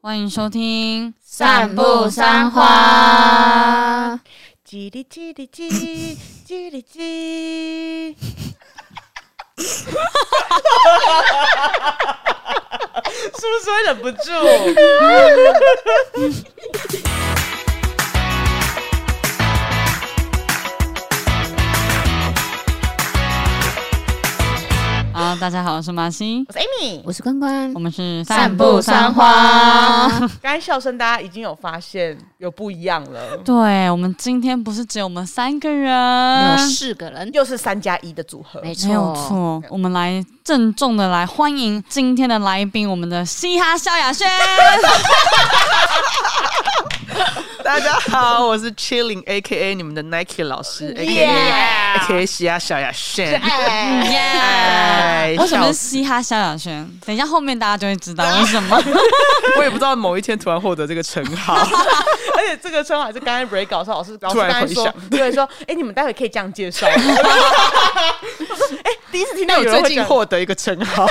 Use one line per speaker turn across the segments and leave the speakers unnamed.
欢迎收听《
散步三花》。
叽哩叽哩叽，叽哩叽。是不是会忍不住？
好，大家好，我是马西，
我是 Amy，
我是关关
我，们是
散步三花。
刚才笑声大家已经有发现有不一样 了，
对，我们今天不是只有我们三个
有
人，
四个人，
又是三加一的组合。
没错，
没有错，我们来郑重的来欢迎今天的来宾，我们的嘻哈萧亚轩。
大家好，我是 Chilling A K A 你们的 Nike 老师 A K A A K A 西亚小雅炫，
耶
哎
为什么
笑
是
死
嘻哈萧亚轩？等一下后面大家就会知道为什么。
我也不知道某一天突然获得这个称 号，
而且这个称号还是刚才 Ray 搞笑，老师老师
突
刚
然
才
回
说，
想
对说，哎、你们待会可以这样介绍。我说，哎、第一次听到有
那我
人
最
会
近
讲
获得一个称 号，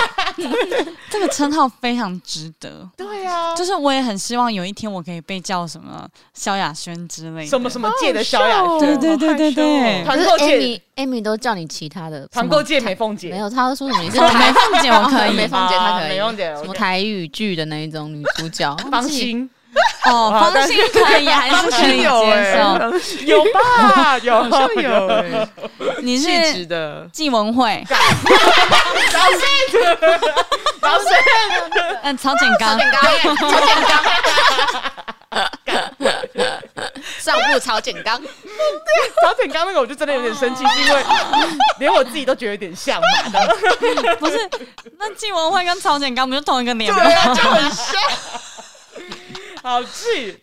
这个称号非常值得，
对啊，
就是我也很希望有一天我可以被叫什么萧亚轩之类的。
什么什么界的萧亚轩，
对对对对对
可
团
是
购
Amy
界
Amy 都叫你其他的
哦团购
哎
什
界美凤
么
姐
没，有，她都说什么你是
我没
台
凤姐，我可
美
以
凤姐，她可以
啊美凤姐
什么
OK
台语剧的那一种女主角，
芳
忘记
心
哦，
啊
方心可 以，还是可以
有
接受。
哎，
有吧？有
好像有哎，
你
气质
是
的，
纪文 慧，
老师，
嗯，曹景刚，
上部超简刚，
曹景刚那个我就真的有点生气，是因 为连我自己都觉得有点像嘛。
不是，那纪文慧跟曹景刚不是同一个年吗？
啊
好气！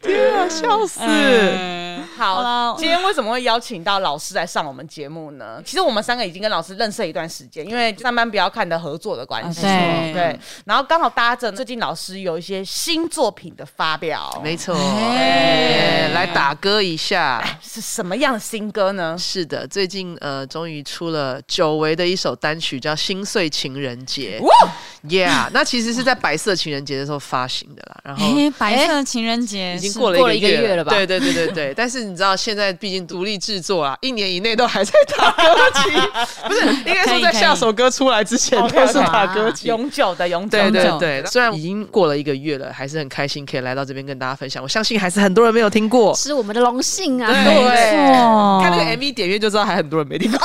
笑死，
嗯，好了，
今天为什么会邀请到老师来上我们节目呢？其实我们三个已经跟老师认识了一段时间，因为上班不要看的合作的关系。
啊对
对，然后刚好搭着最近老师有一些新作品的发表，
没错，
哎
哎来打歌一下。
是什么样的新歌呢？
是的，最近呃，终于出了久违的一首单曲，叫《心碎情人节》。Yeah，那其实是在白色情人节的时候发行的啦。然后
诶，哎白色情人节
哎已经
是
过了
过了
一个
一个月了吧
对对对对对。但是你知道，现在毕竟独立制作啊，一年以内都还在打歌期，不是应该
可以
说在
可以
下首歌出来之 前都是打歌期。
永久的，永久
对
的。
对对，虽然已经过了一个月了，还是很开心可以来到这边跟大家分享。我相信还是很多人没有听过，
是我们的荣幸啊！
对
没错
看那个 MV 点阅就知道，还很多人没听过。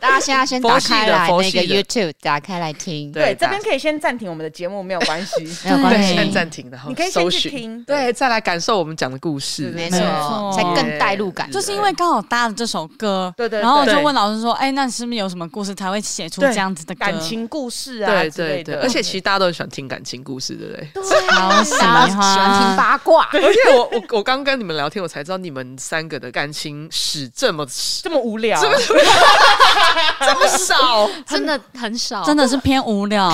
大家现在先打开来
佛
那
系
个
的佛系的
YouTube，打开来听，
对
对，这边可以先暂停我们的节目，没有关系。
没有关
对
系，
按暂停，然后
你可以先
搜
去
寻，
听，
对，再来感受我们讲的故事。
没
啊
错
错
没错，
才更带入感。
就是因为刚好搭了这首歌，
对对对
然后我就问老师说，哎，那你是不是有什么故事才会写出这样子的歌？
感情故事啊
对
之类
对对，
的。
而且其实大家都很喜欢听感情故事，对不对？
好喜
大家
欢，
喜欢听八卦，
而且我我我刚跟你们聊天，我才知道你们三个的感情史这么
这么无聊，
这么少，
真的很少，
真的是偏无聊。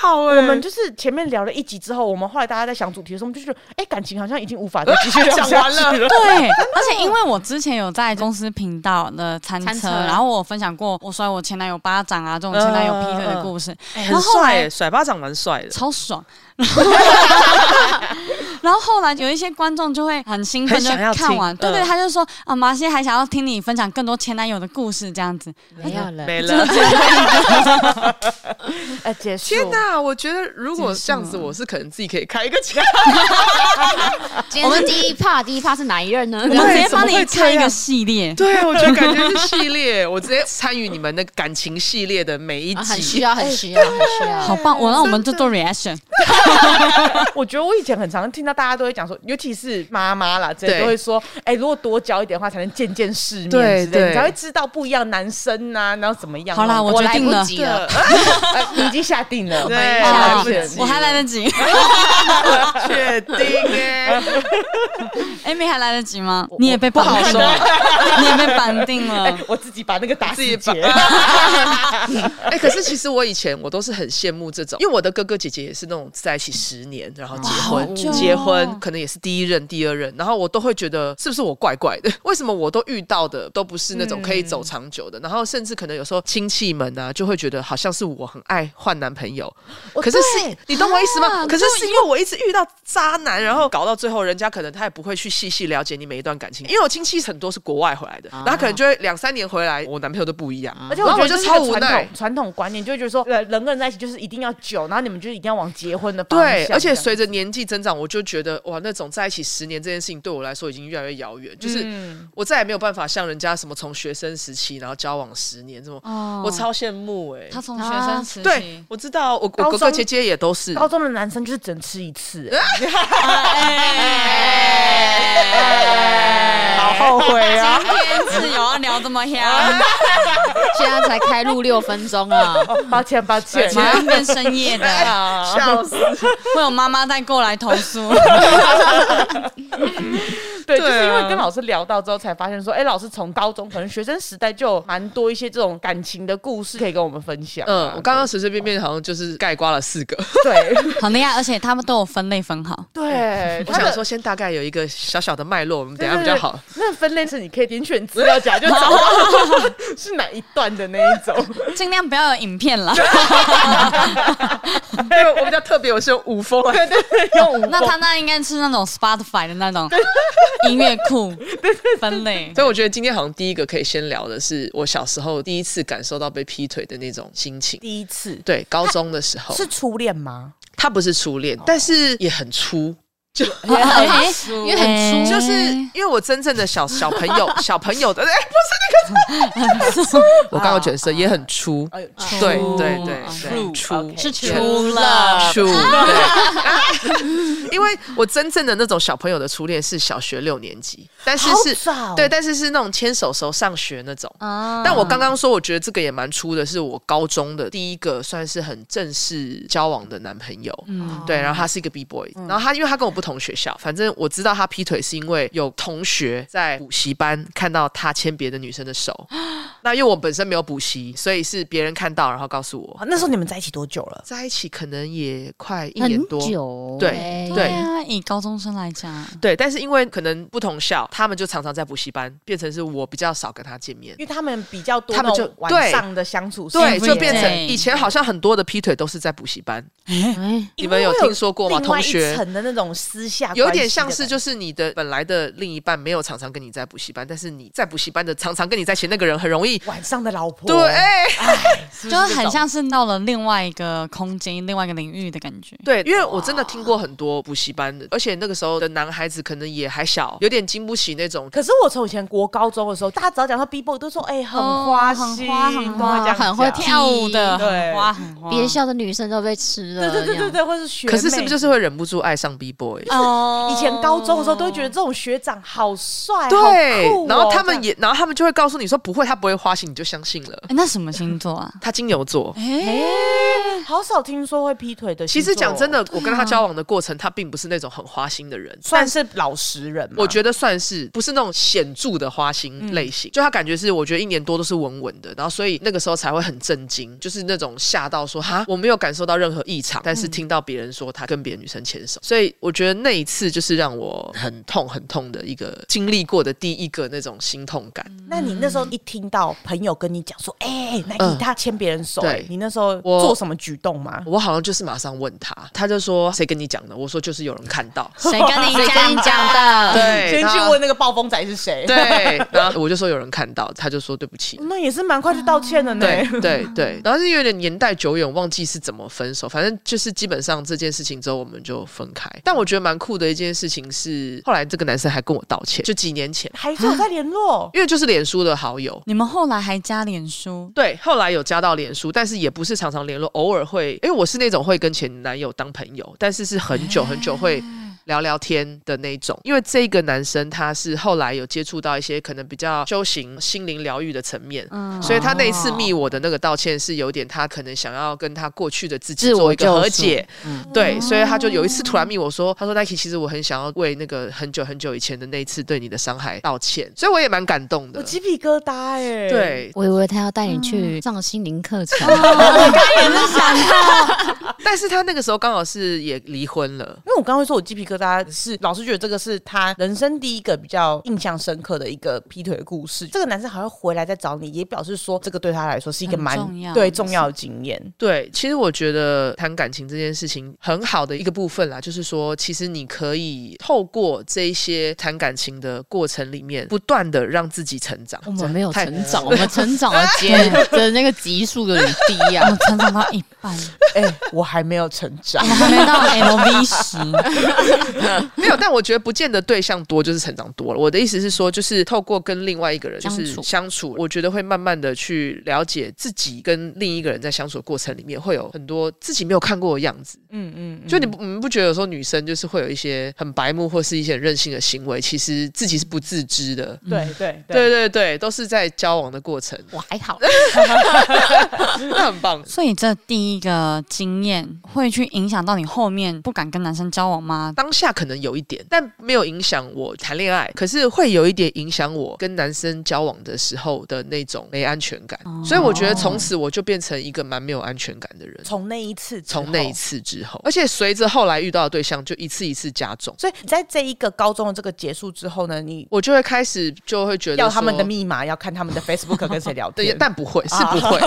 好哎、
我 们就是前面聊了一集之后，我们后来大家在想主题的时候，我们就觉得，哎、感情好像已经无法再继续聊
讲
下
完
去
了。
对，而且因为我之前有在公司频道的餐车，
餐车
然后我分享过我摔我前男友巴掌啊这种前男友劈腿的故事，然后
很
后
帅、
来
欸，甩巴掌蛮帅的。
超爽。然后后来有一些观众就会很兴奋，
很
就
想要
看完，
听
对对，
嗯
他就说啊，麻西还想要听你分享更多前男友的故事，这样子。
没有了。
没了，
哎、结束。
天哪！我觉得如果这样子，我是可能自己可以开一个家，
今天是第一趴，第一趴是哪一任呢？
我们直接
怎么
帮
会
你
这
开一个
样
系列，
对，我觉得感觉是系列，我直接参与你们的感情系列的每一
啊很需
集。
要，很需要，很需要。
好
啊
棒！我让我们就做 reaction，
我觉得我以前很常听到大家都会讲说，尤其是妈妈啦，这
对
都会说，哎、如果多交一点的话，才能见见世面之类
对
的，
对
你才会知道不一样男生呐、然后怎么样。啊
好啦
然后
我决
来
定了
不及了，
哎你已经下定了，
对
蛮
哎来
啊
下
不
定
及
我还来得及
确定哎、
，Amy 还来得及吗？你也被绑
不好
定
说
了， 你也被绑定了
哎。我自己把那个打
自
死
己
结
把。 哎、可是其实我以前我都是很羡慕这种，因为我的哥哥姐姐也是那种在一起十年，然后结
好
婚，
久哦
结婚可能也是第一任、第二任，然后我都会觉得是不是我怪怪的？ 为什么我都遇到的都不是那种可以
嗯
走长久的？然后甚至可能有时候亲戚们啊，就会觉得好像是我很爱换男朋友，可是是你懂我意思吗？
哦啊
可是是因为我一直遇到渣男，然后搞到最后，人家可能他也不会去细细了解你每一段感情，因为我亲戚很多是国外回来的，
啊
然后可能就会两三年回来，我男朋友都不一样，
而且
然
我
后
觉得
我就
这是
超
一
无
个传
奈
统。传统观念，就会觉得说，呃，人跟人在一起就是一定要久，然后你们就是一定要往结婚的方向这
对
样。，
而且随着年纪增长，我就觉得哇，那种在一起十年这件事情对我来说已经越来越遥远，就是
嗯
我再也没有办法像人家什么从学生时期然后交往十年这种，
哦
我超羡慕哎、
他从学生时
对
期，，
我知道，我
高
我哥哥
中
姐姐也都是，
高中的男生就是只能吃一次，哎
哎
好后悔啊！
今天是有要聊这么香，
现在才开录六分钟啊，
哦抱歉抱歉，
马上变深夜的，
啊
笑死。
会有妈妈带过来投诉。
对，就
对
是因为
啊
跟老师聊到之后，才发现说，哎，老师从高中可能学生时代就有蛮多一些这种感情的故事可以跟我们分享啊。
嗯，我刚刚随随便便好像就是盖刮了四 个。
对
很厉害，而且他们都有分类分好。
对，
我
他的
想说，先大概有一个小小的脉络，我们等一
对对
下比较
对
好。
那分类是你可以点选资料夹就找到是哪一段的那一种。
尽量不要有影片啦。
因为我比较特别，我是用五峰来
那他那应该是那种 Spotify 的那种音乐库分类。
所以我觉得今天好像第一个可以先聊的是我小时候第一次感受到被劈腿的那种心情。
第一次
对，高中的时候，
是初恋吗？
他不是初恋，但是也很粗。就
哎哎
因为很粗，
就是因为我真正的 小小朋友，小朋友的，哎、哎不是那个，我刚刚觉得是也很粗，啊
哎呦，
对
粗
对对
粗
对，粗
OK
是
对
除了
初对， 因为我真正的那种小朋友的初恋是小学六年级，但是是
好早
对，但是是那种牵手手上学那种。
嗯
啊
但我刚刚说，我觉得这个也蛮粗的，是我高中的第一个算是很正式交往的男朋友。
嗯
对，然后他是一个 B boy，、然后他因为他跟我不同学校，反正我知道他劈腿是因为有同学在补习班看到他牵别的女生 的手，那因为我本身没有补习，所以是别人看到然后告诉我，
那时候你们在一起多久了？
在一起可能也快一年
很
多。
久，
对
哎
对啊，以高中生来讲，
对，但是因为可能不同校，他们就常常在补习班，变成是我比较少跟他见面
因。为他们比较多，
他们就
晚
对
上的相处时
对，
间，
就变成
Everyday
以前好像很多的劈腿都是在补习班，
哎
你们有听说过吗？
另外
同
一
学
层的那种私下，
有点像是，就是你的本来的另一半没有常常跟你在补习班，但是你在补习班的常常跟你在一起那个人很容易
晚上的老婆，
对，哎
就
不是
是很像是到了另外一个空间、另外一个领域的感觉。
对，因为我真的听过很多补习班的，而且那个时候的男孩子可能也还小，有点经不起那种。
可是我从以前国高中的时候，大家只要讲到 B boy 都说哎、很
哦
花
很
心，
花很
都
花
会这样
很会
讲
听
跳舞的很
对
花很花，
别校的女生都被吃了，
对对对对
这样，
对，或是学妹。
可是是不是就是会忍不住爱上 B boy？
啊
哦
以前高中的时候都会觉得这种学长好帅，
对
好酷哦，
然后他们
这样
也，然后他们就会告诉你说不会，他不会花心，你就相信了。
哎那什么星座啊？
他金牛座。
哎，
好少听说会劈腿的
其
星座。
实讲真的，我跟他交往的过程，他并不是那种很花心的人，
算是老实人嘛，
我觉得算是不是那种显著的花心类型，就他感觉是，我觉得一年多都是稳稳的，然后所以那个时候才会很震惊，就是那种吓到说哈，我没有感受到任何异常，但是听到别人说他跟别的女生牵手，所以我觉得那一次就是让我很痛很痛的一个经历过的第一个那种心痛感。
那你那时候一听到朋友跟你讲说，哎、那你
嗯
他牵别人手、
对
哎你那时候
我
做什么举动吗？
我好像就是马上问他，他就说谁跟你讲的？我说就是有人看到。
谁跟你
谁跟你讲的？
对，
先去
然后
问那个暴风仔是谁？
对，然后我就说有人看到，他就说对不起。
那也是蛮快就道歉了呢。
对对对，然后是有点年代久远，忘记是怎么分手，反正就是基本上这件事情之后我们就分开。但我觉得蛮酷的一件事情是，后来这个男生还跟我道歉，就几年前，
还是有在联络，
因为就是脸书的好友。
你们后来还加脸书，
对，后来有加到脸书，但是也不是常常联络，偶尔会，因为我是那种会跟前男友当朋友，但是是很久很久会聊聊天的那一种。因为这个男生他是后来有接触到一些可能比较修行、心灵疗愈的层面，
嗯
所以他那一次
哦
密我的那个道歉是有点他可能想要跟他过去的自己
自我
做一个
救
和
赎
解，
嗯
对，所以他就有一次突然密我说，他说 Nike，其实我很想要为那个很久很久以前的那一次对你的伤害道歉，所以我也蛮感动
我
的。
鸡皮疙瘩哎、，
嗯对，
我以为他要带你去上心灵课程，
但是他那个时候刚好是也离婚了，
因为我刚刚会说我鸡皮疙瘩是，老师觉得这个是他人生第一个比较印象深刻的一个劈腿的故事。这个男生还会回来再找你，也表示说这个对他来说是一个蛮
很重要
对重要的经验。
对，其实我觉得谈感情这件事情很好的一个部分啦，就是说，其实你可以透过这一些谈感情的过程里面，不断的让自己成长。
我
哦
们没有
太
成长，我们成长的节的那个级数有点低啊
我。成长到一半，
哎、我还没有成长
我。还没到 LV 十，
没有，但我觉得不见得对象多就是成长多了。我的意思是说，就是透过跟另外一个人就是
相处
相处，我觉得会慢慢的去了解自己跟另一个人在相处的过程里面，会有很多自己没有看过的样子。
嗯嗯，
就你不，你们不觉得有时候女生就是会有一些很白目或是一些很任性的行为，其实自己是不自知的。
对对对。
对对对，都是在交往的过程，
我还好。
那很棒。
所以这第一个经验会去影响到你后面不敢跟男生交往吗？
当下可能有一点，但没有影响我谈恋爱，可是会有一点影响我跟男生交往的时候的那种没安全感。
哦
所以我觉得从此我就变成一个蛮没有安全感的人。
从那一次，
从那一，次之后，而且随着后来遇到的对象就一次一次加重，
所以你在这一个高中的这个结束之后呢，你
我就会开始就会觉得
要他们的
说
密码，要看他们的 Facebook 跟谁聊
对
天，，
但不会是不会，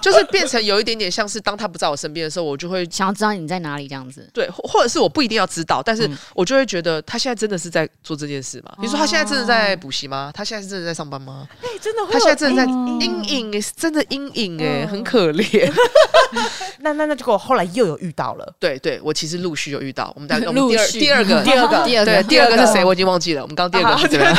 就是变成有一点点像是当他不在我身边的时候，我就会
想要知道你在哪里这样子。
对，或或者是我不一定要知道，但是
嗯
我就会觉得他现在真的是在做这件事吗？比如说他现在真的在补习吗？他现在是真的在上班吗？
哎真的会
他
有
现在真的在
阴
阴影欸，是真的阴影哎，
嗯
很可怜。
那那那结果后来又有遇到了，
对对，我其实陆续有遇到，我们大概我们
陆
第二
续
第二个
第二个
第二
对
个，
第二个是谁？我已经忘记了。我们刚刚第二个是怎么样？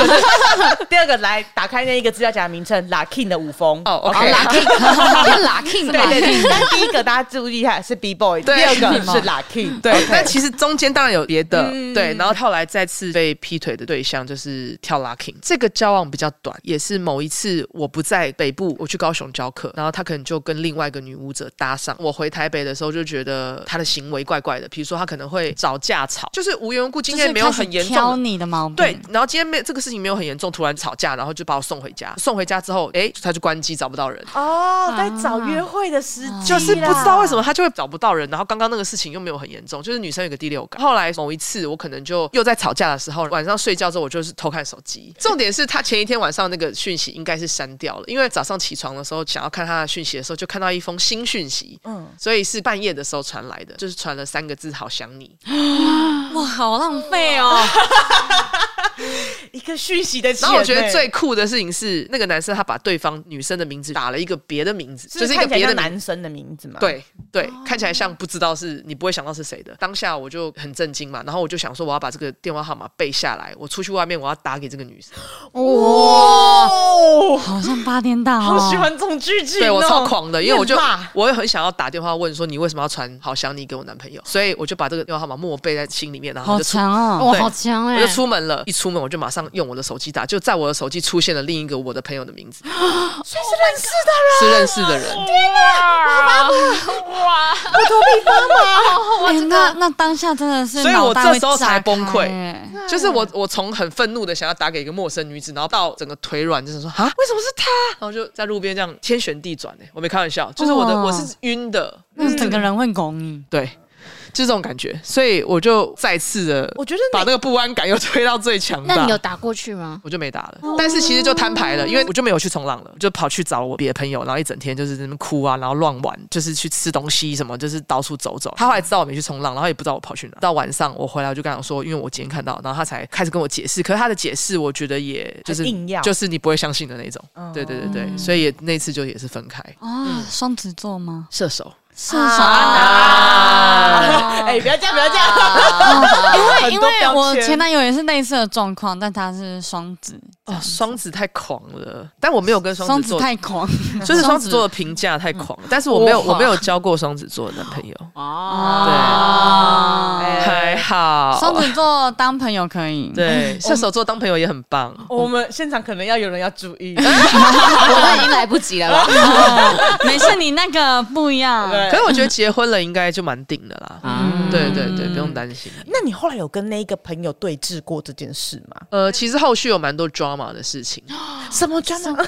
第二个来打开那一个资料夹的名称 l a k i n 的舞风。
哦
好
，OK，
，lucky，就 lucky
对
嘛。
对对，但第一个大家注意一下是 B boy，第
对
二个是 Lucky，
对，但其实中间当然有别的，
嗯
对。然后后来再次被劈腿的对象就是跳 locking，这个交往比较短，也是某一次我不在北部，我去高雄教课，然后他可能就跟另外一个女舞者搭上。我回台北的时候就觉得他的行为怪怪的，比如说他可能会找架吵，就是无缘无故今天没有很严
就是开始挑
重的。
你的毛病，
对，然后今天没有这个事情没有很严重，突然吵架，然后就把我送回家。送回家之后，诶，他就关机找不到人，
哦，在找约会的时机，
就是不知道为什么他就会找不到人，然后刚刚那个事情又没有很严重，就是女生有个第六感。后来某一次我可能就又在吵架的时候，晚上睡觉之后我就是偷看手 机。重点是他前一天晚上那个讯息应该是删掉了，因为早上起床的时候想要看他的讯息的时候，就看到一封新讯息，嗯，所以是半夜的时候传来的，就是传了三个字“好想 你
哇，好浪费哦。
一个讯息的”。钱
然后我觉得
欸
最酷的事情是，那个男生他把对方女生的名字打了一个别的名字，
是
就是一个
看起来
别的
像
名字
男生的名字嘛，，
对对，看起来像不知道是你不会想到是谁的。当下我就很震惊嘛，然后我就想说我要把这个电话号码背下来，我出去外面我要打给这个女生。
哦，
好像八点档哦，
好喜欢这种剧情哦，
对我超狂的，因为我就
你很辣
我也很想要打电话问说你为什么要传好想你给我男朋友，所以我就把这个电话号码默默背在心里面，然后我
好
就出。
强哦。
哇，
对
好强哎！
欸
我就出门了，一出门我就马上用我的手机打，就在我的手机出现了另一个我的朋友的名字，是认识的人，是认识的人。
哎那那当下真的是
所以
脑
我
袋
这
会
时候才
炸开
崩溃
哎
就是我，我从很愤怒的想要打给一个陌生女子，然后到整个腿软，就是说啊，为什么是她？然后就在路边这样天旋地转呢、欸我没开玩笑，就是我的、
哦
我是晕的，
那整个人会拱你。
对，就是这种感觉，所以我就再次的，
我觉得
把那个不安感又推到最强
那
大
你有。打过去吗？
我就没打了，但是其实就摊牌了，因为我就没有去冲浪了，就跑去找我别的朋友，然后一整天就是在那边哭啊，然后乱玩，就是去吃东西什么，就是到处走走。他后来知道我没去冲浪，然后也不知道我跑去哪。到晚上我回来，我就跟他说，因为我今天看到，然后他才开始跟我解释。可是他的解释，我觉得也就是
很硬要
就是你不会相信的那种。对对对对，所以也那次就也是分开。哦
啊，双子座吗？
射手，
射手啊，
啊， 哎，不要这样，不要这样，
因为
很
因
多
为
标
我
签
前男友也是类似的状况，但他是双子，
哦，双子太狂了，但我没有跟双
双
子
子
座，
太狂
就是双子座的评价太狂了，但是我没有我没有交过双子座的男朋友。
哦，
对
啊，
哎
还好。
双子座当朋友可 以，
对，射手座当朋友也很棒。
我们现场可能要有人要注 意，
我 都已经来不及了啦。
哦没事，你那个不一 样。
对
可是我觉得结婚了应该就蛮顶的啦。
嗯
对对对，不用担心。
那你后来有跟那一个朋友对峙过这件事吗？
呃，其实后续有蛮多 drama 的事情，
什么专门？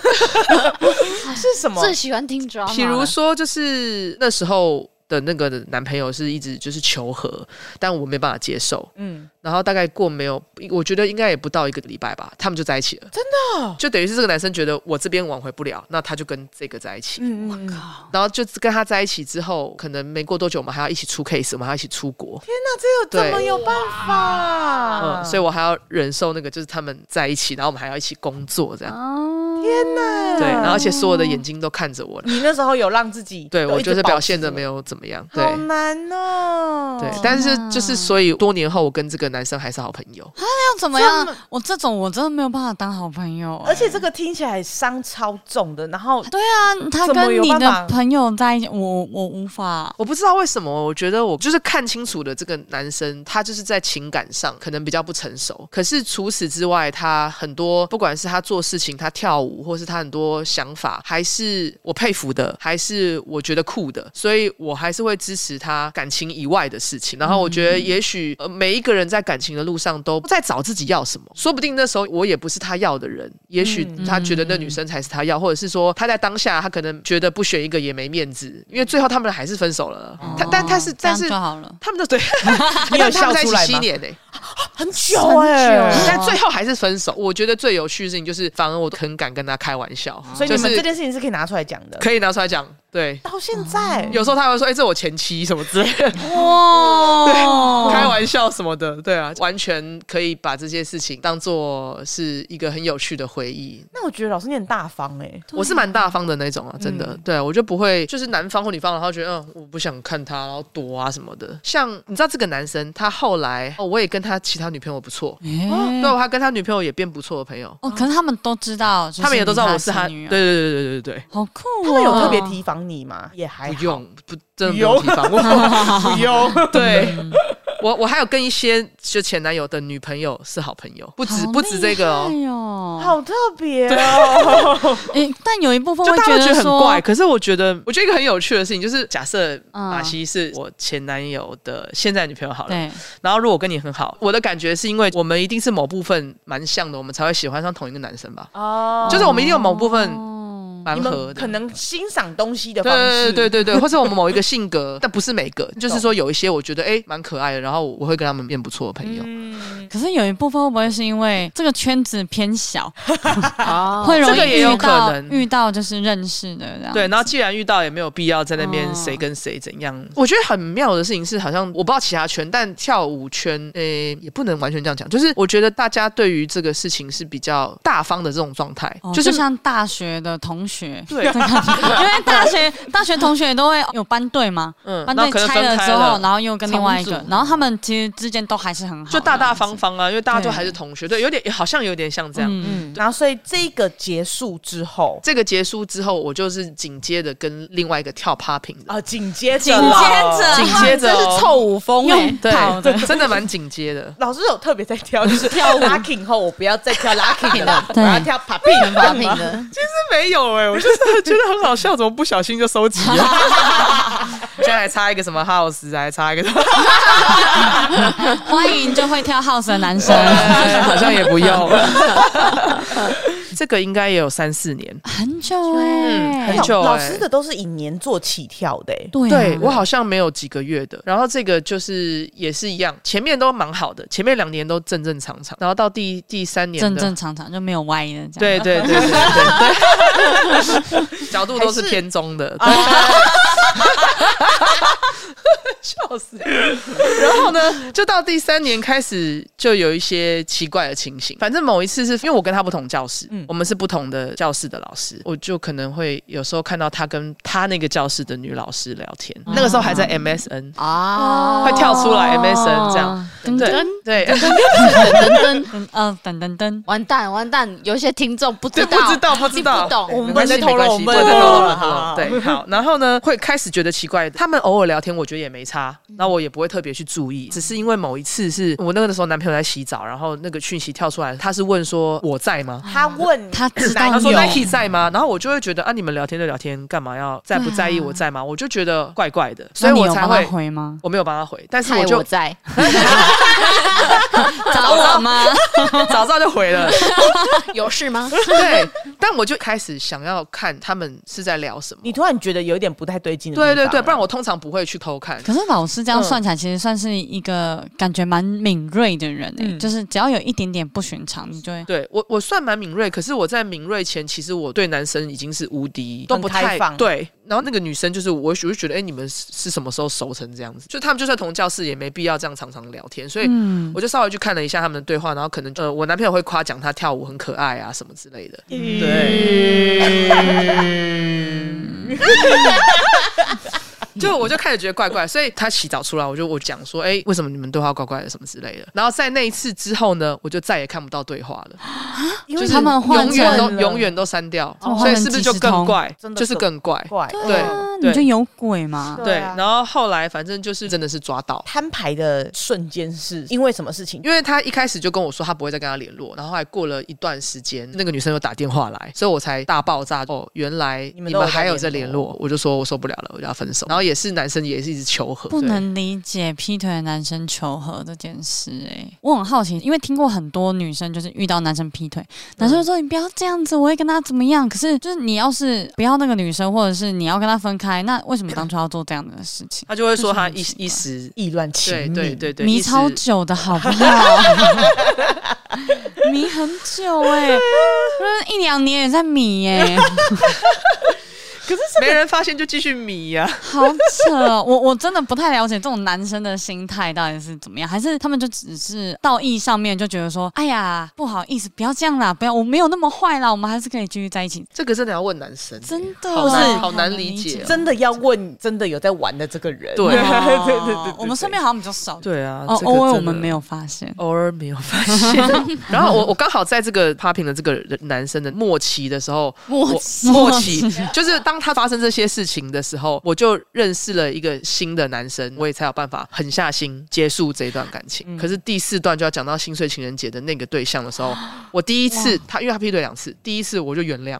是什么？
最喜欢听 drama，
比如说就是那时候的那个男朋友是一直就是求和，但我没办法接受。
嗯，
然后大概过没有，我觉得应该也不到一个礼拜吧，他们就在一起了。真的、
哦
就等于是这个男生觉得我这边挽回不了，那他就跟这个在一起。
嗯，我靠！
然后就跟他在一起之后，可能没过多久，我们还要一起出 case，我们还要一起出国。
天啊哪，这有
对
怎么有办法？
嗯，所以我还要忍受那个，就是他们在一起，然后我们还要一起工作这样。
啊
哦，
天哪！
对，然后而且所有的眼睛都看着我了。
你那时候有让自己
对，
都
我
一直
就是
保
表现
持
的
住
没有怎么样。对
好难哦。
对，但是就是所以多年后，我跟这个男生还是好朋友。
要怎么样？我这种我真的没有办法当好朋友、
而且这个听起来伤超重的，然后
对啊，他
怎么
跟
有
你
办法
的朋友在一起，我我无法。
我不知道为什么，我觉得我就是看清楚了这个男生，他就是在情感上可能比较不成熟。可是除此之外，他很多不管是他做事情、他跳舞，或是他很多想法，还是我佩服的，还是我觉得酷的，所以我还是会支持他感情以外的事情。然后我觉得，
嗯
也许、呃、每一个人在感情的路上都在找自己要什么，说不定那时候我也不是他要的人，也许
嗯
他觉得那女生才是他要，或者是说他在当下他可能觉得不选一个也没面子，因为最后他们还是分手了。他但他是
哦这
但
样
是
就好了。
他们 的 对，
你有
但啊他
笑
们在一
出
起
来
七
吗？
年呢、
很久哎、
很久
但最后还是分手。我觉得最有趣的事情就是，反而我很敢跟他开玩笑，
哦所以
就
你们这
是
件事情是可以拿出来讲的，
可以拿出来讲。对，
到现在
有时候他还会说：“哎、这我前妻什么之类的。”
哇，
开玩笑什么的，对啊，完全可以把这些事情当做是一个很有趣的回忆。
那我觉得老师你很大方哎、
啊
我是蛮大方的那种
嗯
啊，真的，对啊我就不会就是男方或女方，然后觉得嗯我不想看他，然后躲啊什么的。像你知道这个男生，他后来哦，我也跟他其他女朋友不错，
哎
对啊，他跟他女朋友也变不错的朋友，
哦，可是他们都知道，就
他们也都知道我是他，
你
对对
的前女友，
对对对对对。
好酷哦。
他们有特别提防你吗？也还
不
好，
用，不真的不用提防
嗯
我，不 用。对，我我还有跟一些就前男友的女朋友是好朋友，不止
好
不止这个哦，
厉害哦。
好特别哦。
诶，但有一部分
就
会
大
觉
家都觉
得
得很
说，
怪，可是我觉得，我觉得一个很有趣的事情就是，假设
嗯
马西是我前男友的现在女朋友好了，
对，
然后如果我跟你很好，我的感觉是因为我们一定是某部分蛮像的，我们才会喜欢上同一个男生吧，
哦
就是我们一定有某部分
哦
蛮
你
合
们
的
可。能欣赏东西的方
对
式，
对对对，或者我们某一个性 格，但不是每个，就是说有一些我觉得哎蛮、可爱的，然后我会跟他们变不错的朋友。
嗯，
可是有一部分会不会是因为这个圈子偏小，
哦
会容
这个
易
也有
遇到
可能
遇到就是认识的这样？
对，然后既然遇到，也没有必要在那边
哦
谁跟谁怎样。我觉得很妙的事情是，好像我不知道其他圈，但跳舞圈，诶、也不能完全这样讲。就是我觉得大家对于这个事情是比较大方的这种状态，
哦，
就
就是像大学的同学，
对，
因为大学大学同学都会有班队嘛，
嗯，
班
然后
队
可能
拆
分
了
开
之后，然后又跟另外一
重
个
组，
然后他们其实之间都还是很好，
就大大方方啊，因为大家就
对
还是同学，对，有点好像有点像这
这样
样。
子。嗯，
然后所以这个结束之后
这个结束之后，我就是紧接着跟另外一个跳 popping 的，
啊，紧接着
紧
了
接着
紧接着哦
这是臭舞风哎、
用跑欸的，
对，真的蛮紧接的。
老师有特别在挑，就是跳 locking 后，我不要再跳 locking 了，我要跳 popping
发明的，
没有
欸
哎、我就是觉得很好笑，怎么不小心就收集了？ 现在还差一个什么 house，还差一个什么，
欢迎就会跳 house 的男生，
好像也不用。 这个应该也有三四年，
很久哎
很，久欸
老师的都是以年做起跳的、欸，
对啊
对我好像没有几个月的。然后这个就是也是一样，前面都蛮好的，前面两年都正正常常，然后到第第三年的
正正常常就没有歪的这样。
对对对对对 对，角度都是偏中的。
哦
对 笑死！然后呢，就到第三年开始，就有一些奇怪的情形。反正某一次是因为我跟他不同教室，
嗯
我们是不同的教室的老师，我就可能会有时候看到他跟他那个教室的女老师聊天。
哦
那个时候还在 MSN，
哦
啊，
会跳出来 MSN 这样。
噔
对
哦噔
对，
噔噔噔，
噔，呃，噔噔噔，
完蛋完蛋，有一些听众不知
对，
道，
不知道，不哦知道，
你不懂
没关系
我们不能再透露
没关系
我们
不
不能透
能再
露
透 露，不能
好
透
好
露。对，好，然后呢，会开始觉得奇怪，他们偶尔聊天，我觉得也没差，
嗯
那我也不会特别去注意。只是因为某一次是我那个时候男朋友在洗澡，然后那个讯息跳出来，他是问说我在吗？
他问
他知道
他说
有
Nike 在吗？然后我就会觉得啊，你们聊天就聊天，干嘛要在不在意我在吗？我就觉得怪怪的，所以
那你
我
有
才
帮他
会
回 吗？
我没有帮他回，但是
害
我就
我 在，
找我吗？
早知道就回 了。
有事吗？
啊
对，但我就开始想要看他们是在聊什么
你。突然觉得有点不太对劲的地
对
方，啊
对对，不然我通常不会去偷看。
可是老师
嗯
这样算起来，其实算是一个感觉蛮敏锐的人诶、
嗯
就是只要有一点点不寻常，你就会
对我，我算蛮敏锐，可是我在敏锐前，其实我对男生已经是无敌，都不
很
太
开放
对。然后那个女生就是我，我就觉得，哎、你们是是什么时候熟成这样子？就他们就算同教室，也没必要这样常常聊天。所以
嗯，
我就稍微去看了一下他们的对话，然后可能呃，我男朋友会夸奖她跳舞很可爱啊什么之类的。
嗯
就我就开始觉得怪怪，所以他洗澡出来，我就我讲说，哎、为什么你们对话怪怪的什么之类的。然后在那一次之后呢，我就再也看不到对话了，
因
就
为
是他们换
永远都
成了
永远都删掉，
哦
所以是不是就更怪
真？的
就是更怪。
怪
对
啊
对
你就有鬼吗？
对，
对啊
然后后来反正就是真的是抓到，
摊牌的瞬间是因为什么事情？
因为他一开始就跟我说他不会再跟他联络，然后还过了一段时间，那个女生又打电话来，所以我才大爆炸哦，原来
你
你
们
们
都有在
还有在
联
联
络
络，我就说我受不了了，我就要分手。然后也是男生也是一直求和，
不
对
能理解劈腿的男生求和这件事、哎，我很好奇，因为听过很多女生就是遇到男生劈腿，男生就说你不要这样子，我会跟他怎么样。可是就是你要是不要那个女生，或者是你要跟他分开，那为什么当初要做这样的事情？
他就会说他
这是很
一
奇怪
一时。
意乱情
对
迷，
对对对，
迷
一时
超久的好不好？ 迷很久哎、一两年也在迷哎、
没人发现就继续迷啊呀、
好扯哦！我我真的不太了解这种男生的心态到底是怎么样，还是他们就只是道义上面就觉得说，哎呀，不好意思，不要这样啦，不要，我没有那么坏啦，我们还是可以继续在一起。
这个真的要问男生，
真的，
好
难
好难理解哦
真
真的要问真的有在玩的这个人，
对
对对对对，
哦我们身边好像比较少。
对啊，
哦，
这个
偶尔
真
我们
的
没有发现。
偶尔没有发 现。然后我我刚好在这个 popping 的这个人男生的末期的时候，
默
我
契
末期就是当他发生这些事情的时候，我就认识了一个新的男生，我也才有办法狠下心结束这一段感情。可是第四段就要讲到心碎情人节的那个对象的 时候，我第一次他因为他劈腿两次，第一次我就原谅，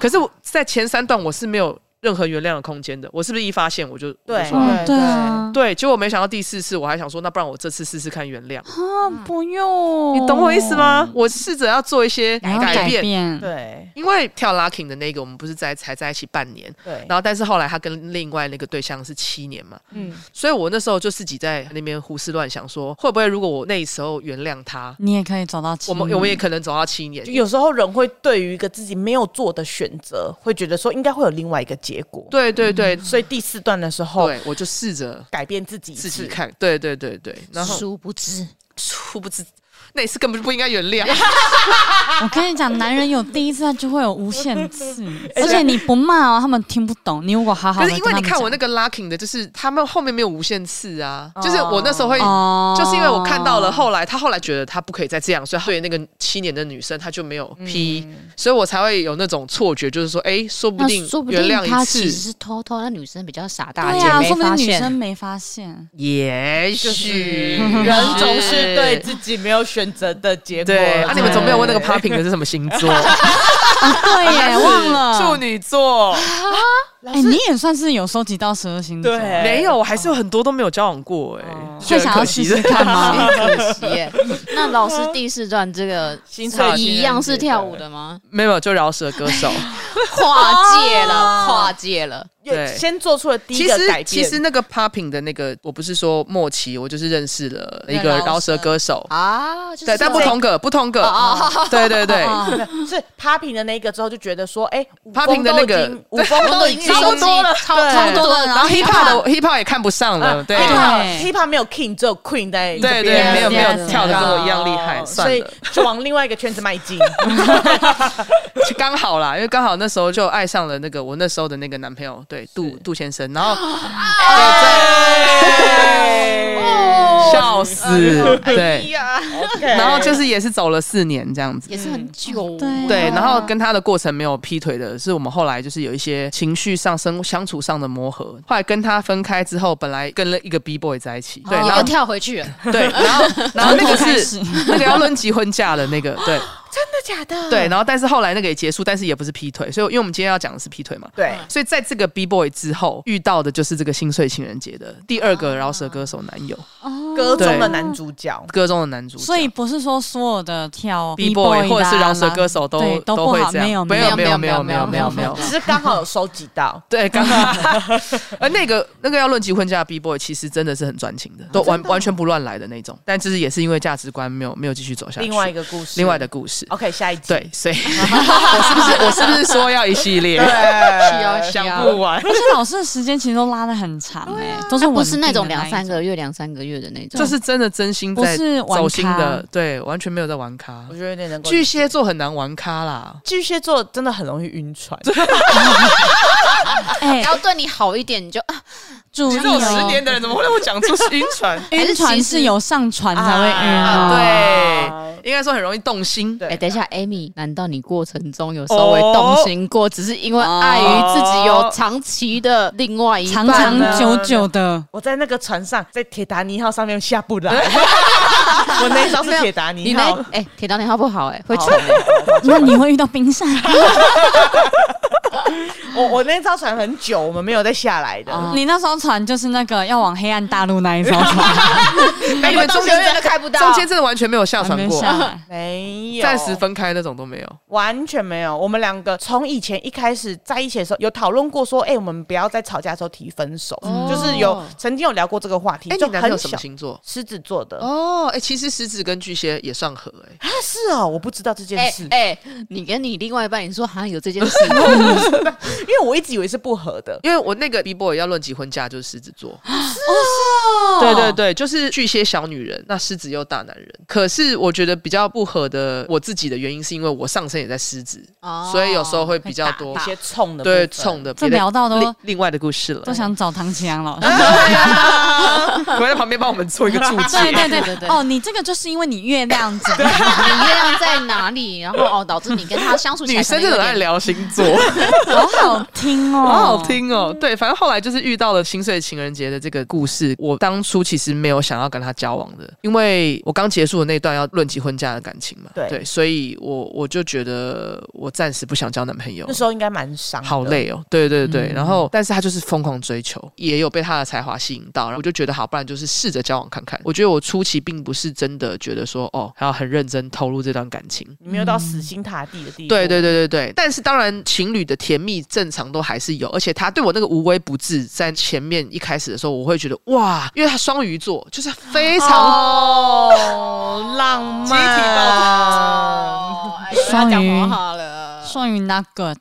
可是我在前三段我是没有任何原谅的空间的。我是不是一发现我就我就
对嗯
说
哦，对啊，
对，结果没想到第四次，我还想说，那不然我这次试试看原谅。
啊，不用，
你懂我意思？吗？我试着要做一些
然后
改变，
变，
对
因为跳 locking 的那个，我们不是在才在一起半年，
对，
然后但是后来他跟另外那个对象是七年嘛，
嗯，
所以我那时候就自己在那边胡思乱想说，会不会如果我那时候原谅他，
你也可以走到七
我们
年
我们也可能走到七年
就。有时候人会对于一个自己没有做的选择，会觉得说应该会有另外一个结果，
对对对
所以第四段的时候
对，我就试着
改变自己一
自己
次
看，对对对对，然后
殊不知，
殊不知那一次根本就不应该原谅。
我跟你讲，男人有第一次，他就会有无限 次，而且你不骂哦，他们听不懂。你如果好好
可
的，
是因为你看我那个 locking 的，就是他们后面没有无限次啊，就是
哦
我那时候会
哦
就是因为我看到了，后来他后来觉得他不可以再这样，所以他对那个七年的女生他就没有劈，所以我才会有那种错觉，就是说，哎，说不
嗯那
定
说不
原
定
谅
他
一
其实
次，啊
是偷偷，那女生比较傻大
对
姐
呀、
没
说明
发
女生
现。
没发 现。
也许人
人总是对 自己没有选择的结果。
对，啊，你们总没有问那个
对
popping 的是什么星座？
对 耶，忘了
处。女座
哎、你也算是有收集到十二星座，
对
没有，我还是有很多都没有交往过，
哦
哎，就
会
觉得
想
很
要
可
试
惜
试
的。
看吗？
可惜耶。那老师第四段这个
心
是
碎
一样是跳舞的吗？
没有，就饶舌歌手。
跨界了，跨界了。
有
对
先做出了第一
其
个
实
改变。
其实那个 popping 的那个，我不是说末期，我就是认识了一个
那饶
饶
舌
舌歌手，
啊，就是
对，但不同个，不同个，对对对。
是 popping 的那个之后就觉得说，哎舞风
popping 的那个
都已经舞风 都已经
差不多了
超
对
超多了，
然
然
后
后 hip hop 的 hip hop 也看不上了，对
嗯 hip
对
hop hip hop 没有 king，只有 queen 在
对
这边
对，没有没
对
有
对
跳的跟我一样厉
哦
害，
所
算
以
了，
就往另外一个圈子迈进。
刚好啦，因为刚好那时候就爱上了那个我那时候的那个男朋友，对，杜杜先生，然后 笑死，
哎
对，然后就是也是走了四年这样子。
也是很
嗯
久，
对
嗯对，然后跟他的过程没有劈腿的，是我们后来就是有一些情绪上、生相处上的磨合。后来跟他分开之后，本来跟了一个 B boy 在一起，对，
哦
你
然
又
后
跳回 去了，
对，然后然后那个
从头开始
是那个要论及婚嫁的那个，对
假的？
对，然后但是后来那个也结束，但是也不是劈腿，所以因为我们今天要讲的是劈腿嘛，
对，
所以在这个 B boy 之后遇到的就是这个心碎情人节的第二个饶舌歌手男友，
歌中的男主角，
歌中的男主角。
所以不是说所有的跳
B boy 或者是饶舌歌
手。
手都
对都不
会
好
这样，
没有
没有
没有
没有没有没有没有。
只，是刚好有收集到
对，刚刚， 而那个那个要论及婚嫁的 B boy，其实真的是很专情的，都完完全不乱来的那种，但就是也是因为价值观没有没有继续走下去。
另外一个哦故事，
另外的故事，
OK，下一集。
对，所以 我是不是我是不是说要一系列？
啊对，
想不完，
而且老师的时间其实都拉的很长哎、
啊
都是
他不
稳
是
定的那
那种两三
一
个月、两三个月的那种，
就是真的真心在
不是玩咖
走心的，对，完全没有在玩咖
我。觉得有点能够。
巨蟹座很难玩咖啦，
巨蟹座真的很容易晕船，
哎、
要对你好一点，你就啊
注意
其实我十
哦，
年的人怎么会让我讲出晕船？
晕船是有上船才会晕
啊
哦、
对，应该说很容易动心。
对
哎，等一下，Amy，难道你过程中有稍微动心
哦
过，只是因为碍于自己有长期的另外一半
长
呢？
长久久的。
我在那个船上，在铁达尼号上面下不来。 我那一艘是铁达
你
尼
那
号，
哎，铁达尼号不好哎，会沉
好
哎。
那你会遇到冰 山，
我 我那艘船很久，我们没有再下来
哦
的。
啊
你那艘船就是那个要往黑暗大陆那一艘 船，
哎，你们中间真的
开不到
中间真的完全没有下
还
船
没
过，
下来。
没有，
暂时分开那种都没有。
完全没有。我们两个从以前一开始在一起的时候，有讨论过说，哎、我们不要在吵架的时候提分手，就是有曾经有聊过这个话题，
哦哎，你
就
男朋友
很
什么
小。
星座？
狮子座的，
哦，哎，其实狮子跟巨蟹也算合，
啊
哎，
是哦，我不知道这件
哎
事，
哎，你跟你另外一半，你说好像有这件事，
哎
因为我一直以为是不合的。
因为我那个 B boy 要论及婚嫁就是狮子座，哦，对对对，就是巨蟹小女人，那狮子又大男人。可是我觉得比较不合的，我自己的原因是因为我上身也在狮子，
哦
所以有时候会比较多
一些冲的部
对
分，
冲的。
这
别的
聊到都
另另外的故事了，
都想 找唐启阳老师。
我在旁边帮我们做一个注解。
对对
对对
对
对
哦，你这个就是因为你月亮怎 么样？
你月亮在哪里？然后哦，导致你跟他相处起来
女生
可
真
能
的
有
很爱
点
聊星座，
好好听哦，
好好。听哦。对，反正后来就是遇到了心碎情人节的这个故事。我当初其实没有想要跟他交往的，因为我刚结束的那段要论及婚嫁的感情嘛。
对
所以我我就觉得我暂时不想交男朋友
那。时候应该蛮伤，
好。累哦，对对对，然后但是他就是疯狂追求，也有被他的才华吸引到，然后我就觉得好，不然就是试着交往看看。我觉得我初期并不是真的觉得说哦，还要很认真投入这段感情，
你没有到死心塌地的地步，
对对对对对，但是当然，情侣的甜蜜正常都还是有，而且他对我那个无微不至，在前面一开始的时候，我会觉得哇，因为他双鱼座，就是非常
哦，浪漫，
集体到
哦，哎不要讲不好了。
双鱼那 个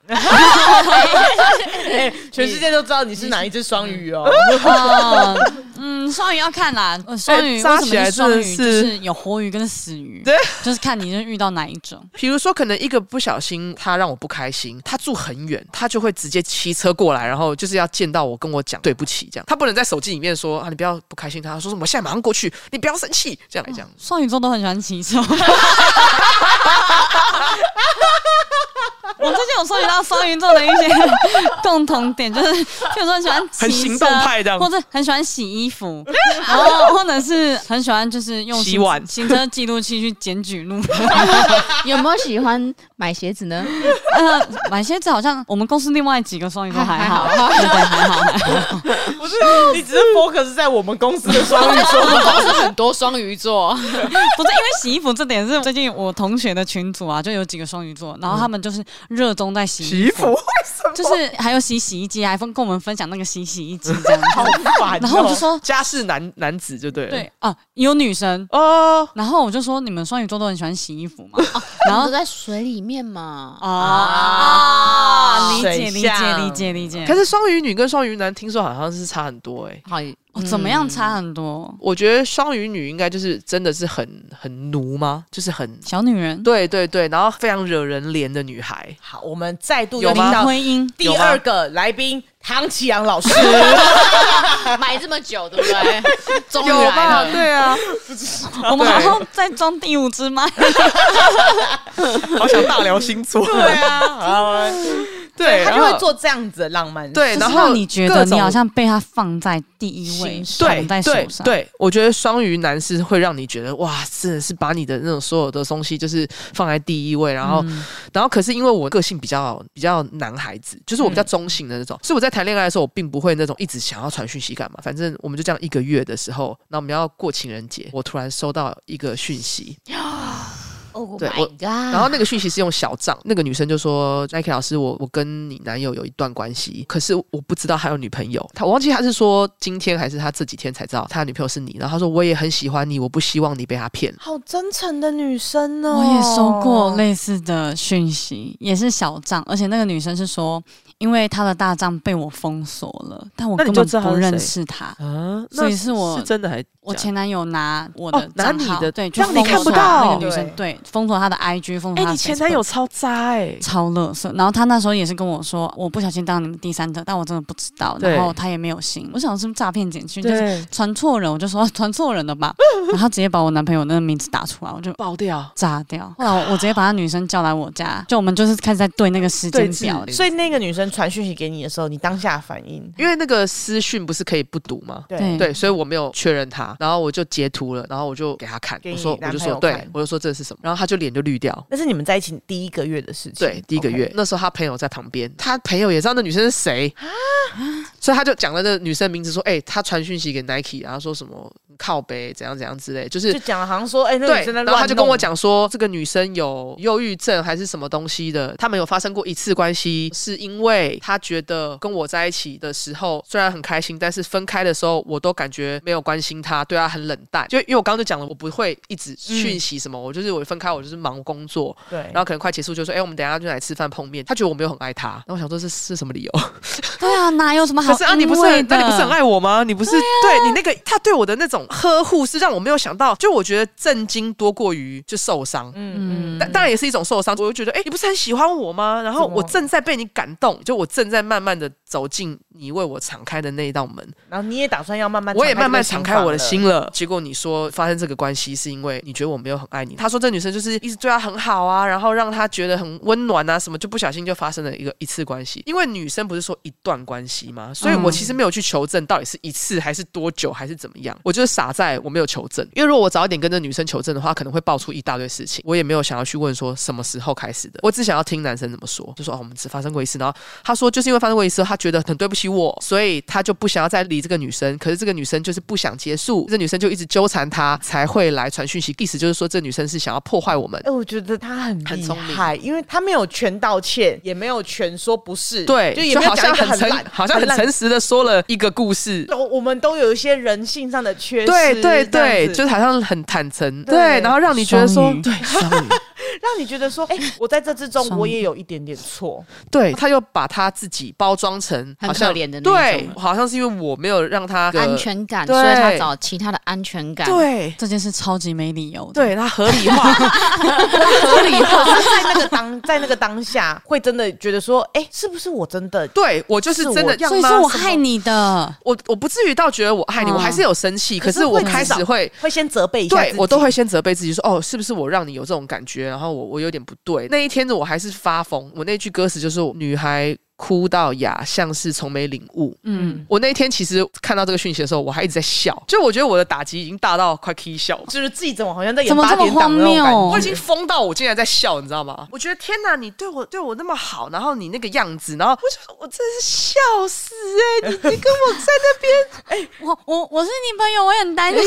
全世界都知道你是哪一只双鱼哦。
哦，嗯，双鱼要看啦，呃双鱼为
哎扎
什
起
么
来
是双
真的
鱼？就是是有活鱼跟死鱼，
对，
就是看你是遇到哪一种。
比如说，可能一个不小心，他让我不开心，他住很远，他就会直接骑车过来，然后就是要见到我，跟我讲对不起，这样。他不能在手机里面说啊，你不要不开心他，说什么我现在马上过去，你不要生气，这 样来讲。
双鱼座都很喜欢骑 车。 我最近有收集到双鱼座的一些共同点，就是譬如说很喜欢骑车
很行动派这样
或者很喜欢洗衣 服，然后或者是很喜欢就是用
洗
行
碗
行车记录器去检举路人。
有没有喜欢买鞋子呢？
呃，买鞋子好像我们公司另外几个双鱼座还好，
还好
对对还好，还好
不是，你只是 focus 在我们公司的 双鱼座。
我是很多双鱼座，
不是因为洗衣服这点是最近我同学的群组啊，就有几个双鱼座，然后他们就是热衷在洗衣服， 就是还有洗洗衣机，啊还分跟我们分享那个洗洗衣机 这样子。
好烦哦、
然后我就说，
家世男男子就对了。
对啊，有女生。
哦，
然后我就说，你们双鱼座都很喜欢洗衣服 嘛？然
然后
后
都在水里面嘛。
啊啊，理解
水
理解
象
理解理解。
可是双鱼女跟双鱼男听说好像是差很多哎、
好，嗯
哦，怎么样差很多？
我觉得双鱼女应该就是真的是很很奴吗？就是很
小女人，
对对对，然后非常惹人怜的女孩。
好，我们再度又
有
听
吗
林
到
徽因，
第
有吗
二个来宾唐启阳 老师，
买这么久，对不嗯 对？终于
有
来
吧？
了，
对啊，
我们好像在装第五只猫。
好想大聊星座。
对啊，好
对，
他
然
就会
后
做这样子的浪漫事。
对，
就
然
是让
后
你觉得
各种
你好像被他放在第一位，
形式
捧
对
在手
对
上。
对，我觉得双鱼男是会让你觉得哇，真的是把你的那种所有的东西就是放在第一位，然后、然后可是因为我个性比较比较男孩子，就是我比较中性的那种，所以我在谈恋爱的时候，我并不会那种一直想要传讯息干嘛，反正我们就这样一个月的时候，那我们要过情人节，我突然收到一个讯息，
Oh
对
my
我
god！
然后那个讯息是用小账，那个女生就说：“Nike 老师，我我跟你男友有一段关系，可是我不知道还有女朋友。他我忘记他是说今天还是他这几天才知道他女朋友是你。然后他说我也很喜欢你，我不希望你被他骗。
好真诚的女生哦，
我也收过类似的讯息，也是小账，而且那个女生是说，因为她的大账被我封锁了，但我
那你
根
就
本
知道她
不
是
认
谁
识她。
啊，
所以是我
是真的还
我
假的
前男友拿我
哦
的
拿
账
你
号，
的
对，就
让你
封
看
锁
不
她那
到
个女生，对，封锁她的 IG，封锁
哎、
她的 Facebook。
你前男友超渣哎、
超乐色，然后他那时候也是跟我说，我不小心当你们第三者，但我真的不知道。
对
然后他也没有信，我想是不是诈骗简讯，就是
对，
传错人，我就说啊传错人了吧， 然后他直接把我男朋友那个名字打出来，我就
爆掉。
炸掉。后来我我直接把他女生叫来我 家，就我们就是开始在对那个时间表
对峙
所以那个女生传讯息给你的时候，你当下反应，
因为那个私讯不是可以不读吗？
对
对，所以我没有确认他，然后我就截图了，然后我就给他看，
给
我
你
说我
男
就
朋
说
友
对
看，
我就说这是什么，然后他就脸就绿掉，
那是你们在一起第一个月的事情。
对，第一个月
OK
那时候他朋友在旁边，啊他朋友也知道那女生是谁所以他就讲了那女生名字，说：“哎、他传讯息给 Nike，然后说什么靠背怎样怎样之类，就是
就讲了，好像说，哎，那个
对
女。生在
然后他就跟我
乱弄
讲说，这个女生有忧郁症还是什么东西的，他们有发生过一次关系，是因为他觉得跟我在一起的时候虽然很开心，但是分开的时候我都感觉没有关心他，对他很冷淡。就因为我刚刚就讲了，我不会一直讯息什么，我就是我分开我就是忙工作，
对，
然后可能快结束就说，哎、我们等一下就来吃饭碰面。他觉得我没有很爱他，那我想说这是是什么理由？
对啊，哪有什么好
可是啊，你不是很，
的？
那你不是很爱我吗？你不是对,、你那个他对我的那种呵护是让我没有想到，就我觉得震惊多过于就受伤。
嗯
但当然也是一种受伤，我就觉得，哎、你不是很喜欢我吗？然后
怎么
我正在被你感动，就我正在慢慢的走进你为我敞开的那一道门，
然后你也打算要慢慢，
我也慢慢敞开我的
心
心了。结果你说发生这个关系是因为你觉得我没有很爱你，他说这女生就是一直对他很好啊，然后让他觉得很温暖啊，什么就不小心就发生了一个一次关系。因为女生不是说一段关系
嗯
吗？所以我其实没有去求证到底是一次还是多久还是怎么样，我就是傻在我没有求证。因为如果我早一点跟这女生求证的话，可能会爆出一大堆事情。我也没有想要去问说什么时候开始的，我只想要听男生怎么说，就说哦，我们只发生过一次，然后他说就是因为发生过一次，他觉得很对不起我，所以他就不想要再理这个女生。可是这个女生就是不想结束，这女生就一直纠缠他，才会来传讯息。意思就是说，这女生是想要破坏我们
哎、。我觉得他很
很
厉
聪明
害，因为他没有全道歉，也没有全说不是，
对，
就也没有
好
讲
像
一个
很诚
烂，，
好像很
烂。
诚实的说了一个故事。
都我们都有一些人性上的缺失，
对对
这样
对，
子
就是好像很坦诚，
对
对，然后让你觉得说
双，鱼
对，双鱼
让你觉得说，哎、我在这之中
双
我也有一点点错，
对，他又把他自己包装成
很
好像
可怜的那
对
种，
好像是因为我没有让他
安，全感，
对
所以他找其他的安全感。
对
这件事超级没理由的。
对，他合理化，
合理化在那个当在那个当下，会真的觉得说，哎、是不是我真的
对我就是
是我
真的，
所以是我害。你的，
我我不至于到觉得我害你，
嗯
我还是有生气，可
可是
是我
会
开
至少
始会。
会先责备一下
对
自己
我都会先责备自己说，哦，是不是我让你有这种感觉？然后我我有点不对。那一天的我还是发疯，我那句歌词就是“女孩哭到哑，像是从没领悟”。
嗯，
我那一天其实看到这个讯息的时候，我还一直在笑，就我觉得我的打击已经大到快 k 笑了，
就是自己怎么好像在演
怎么
八
这么
点档
荒
那种
谬
感觉，
我已经疯到我竟然在笑，你知道吗？我觉得天哪，你对我对我那么好，然后你那个样子，然后我就我真是笑死哎、你你跟我在那边
我我我是你朋友，我也很担心。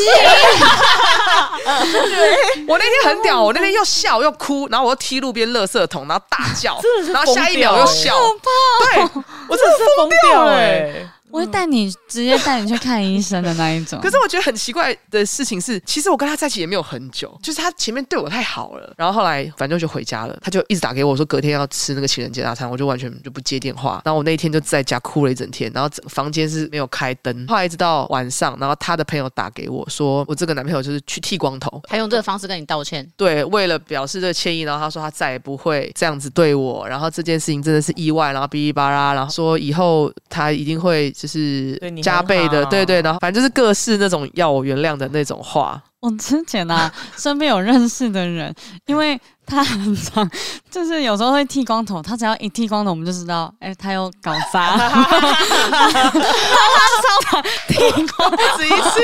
我那天很屌，我那天又笑又哭，然后我又踢路边垃圾桶，然后大叫，
真的是欸
然后下一秒又笑，
哦
疯
对，欸
我真的是疯掉了、哎
我会带你直接带你去看医生的那一种。
可是我觉得很奇怪的事情是，其实我跟他在一起也没有很久，就是他前面对我太好了，然后后来反正就回家了，他就一直打给我说隔天要吃那个情人节大餐，我就完全就不接电话。然后我那一天就在家哭了一整天，然后整房间是没有开灯，后来一直到晚上，然后他的朋友打给我说，我这个男朋友就是去剃光头，
他用这个方式跟你道歉，
对，为了表示这个歉意，然后他说他再也不会这样子对我，然后这件事情真的是意外，然后哔哩吧啦，然后说以后他一定会就是
对你
加
很
倍的，
好
对对，然后反正就是各式那种要我原谅的那种话，
我之前啊，身边有认识的人，因为他很常就是有时候会剃光头，他只要一剃光头，我们就知道，哎、他又搞砸，他他超常剃光，
不止一次，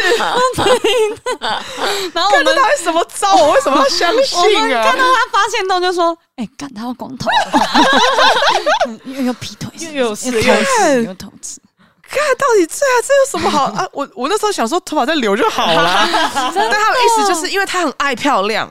然后我们
到底什么招？我为什么要相
我们
信
看到
啊？
他发现到就说，哎、干他要光头，啊 又有劈腿，
又有事
又
又有
投资，又投资，
看到底这啊，这有什么好啊？ 我我那时候想说头发再留就好 啦，但他的哦意思就是因为他很爱漂亮。